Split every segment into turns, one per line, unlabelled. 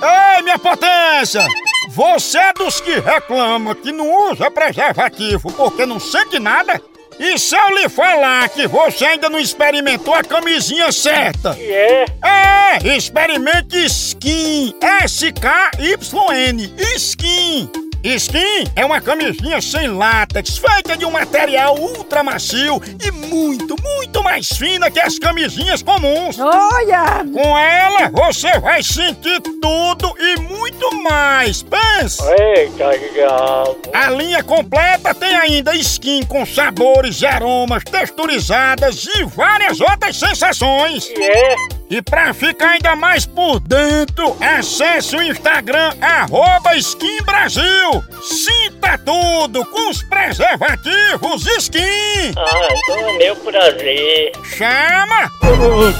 Dona Potência! Você é dos que reclama que não usa preservativo porque não sente nada? E se eu lhe falar que você ainda não experimentou a camisinha certa?
E é?
É, experimente Skin. S-K-Y-N. Skin. Skin é uma camisinha sem látex, feita de um material ultra macio e muito, muito mais fina que as camisinhas comuns.
Olha!
Com ela, você vai sentir tudo e muito mais. Pensa!
Eita, diabo.
A linha completa tem ainda skin com sabores e aromas texturizadas e várias outras sensações.
E é?
E pra ficar ainda mais por dentro, acesse o Instagram arroba Skin Brasil. Sinta tudo com os preservativos Skin.
Ah, então é meu prazer.
Chama!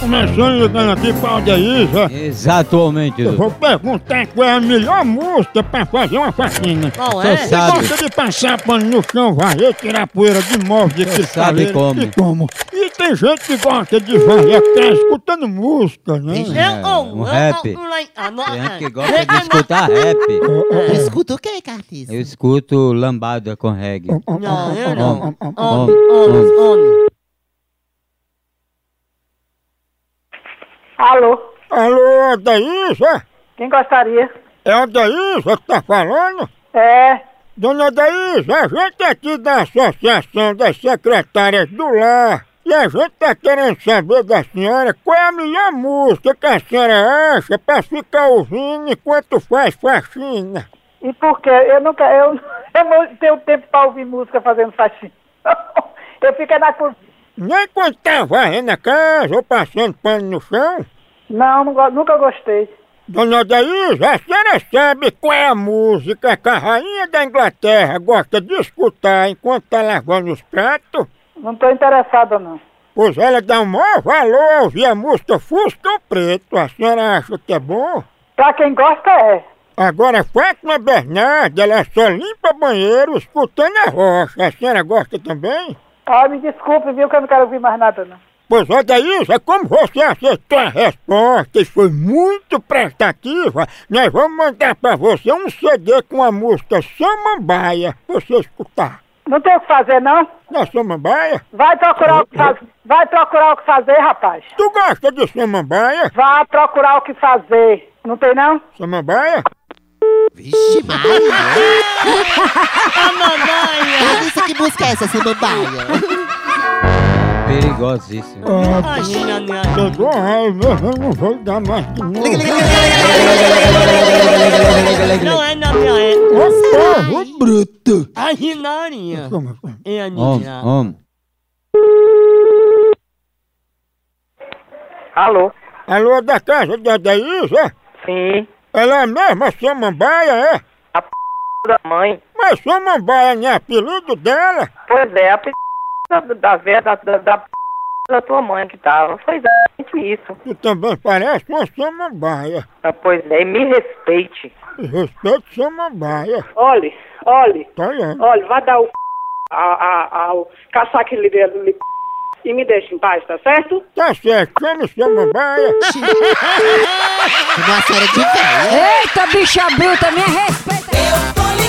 Começando ligando aqui pra Aldeísa,
Exatamente, doutor.
perguntar qual é a melhor música pra fazer uma faxina.
Qual
Você
é?
sabe.
Gosta de passar pano no chão, varrer, tirar poeira de móvel, de
Você
cristaleira
sabe como.
E como. E tem gente que gosta de varrer a casa escutando música, né?
É, um rap.
Ah, é.
Tem gente que gosta de escutar rap.
Escuta o que, Cartiz?
Eu escuto lambada com reggae.
Não, eu não.
Homem,
Homem,
homem, homem.
homem, homem.
Alô,
Alô, Adaísa?
quem gostaria?
É a Adaísa que tá falando?
É,
Dona Adaísa, a gente é aqui da Associação das Secretárias do Lar. E a gente tá querendo saber da senhora qual é a melhor música que a senhora acha pra ficar ouvindo enquanto faz faxina.
e por quê? Eu nunca, eu, eu não tenho tempo para ouvir música fazendo faxina. Eu fico é na cozinha.
Nem quando tá varrendo a casa ou passando pano no chão.
Não, não go- nunca gostei.
Dona Daísa, a senhora sabe qual é a música que a rainha da Inglaterra gosta de escutar enquanto tá lavando os pratos?
Não estou interessada, não.
Pois ela dá o maior valor a ouvir a música Fuscão Preto. A senhora acha que é bom?
Para quem gosta, é.
Agora, Fátima Bernardes, ela só limpa banheiro escutando a rocha. A senhora gosta também?
Ah, me desculpe, viu, que eu não quero ouvir mais nada, não.
Pois, ó, Daísa, como você acertou a resposta e foi muito prestativa, nós vamos mandar pra você um CD com a música Samambaia, pra você escutar.
Não tem o que fazer, não.
Na Samambaia?
Vai procurar o que fazer. Vai procurar o que fazer, rapaz.
Tu gosta de Samambaia?
Vai procurar o que fazer. Não tem, não?
Samambaia?
Vixe, Maria!
Mamãe,
Eu disse que música é essa, samambaia?
Perigosíssimo.
ai, minha minha.
Pegou raiva, eu não vou dar mais de novo.
Não é na minha época.
Ô, porra,
Bruto!
A rinarinha.
como-
É a
Homem,
minha.
homem.
Alô?
Alô, da casa da Daísa?
Sim.
Ela é a mesma Samambaia, é?
Da mãe.
Mas Samambaia não é apelido dela?
Pois é, a p... da, da, velha- da, da, da, p... da tua mãe que tava. Foi exatamente isso.
Tu também parece uma Samambaia.
Ah, Pois é, me respeite.
Respeito Samambaia.
Olhe, olhe,
Tá olhando.
olhe, vá dar o p... ao caçar que lhe e me deixe em paz, tá certo?
Tá certo, chama Samambaia.
Como a senhora de velha!
Eita, bicha bruta, me respeita.
Eu tô ligado.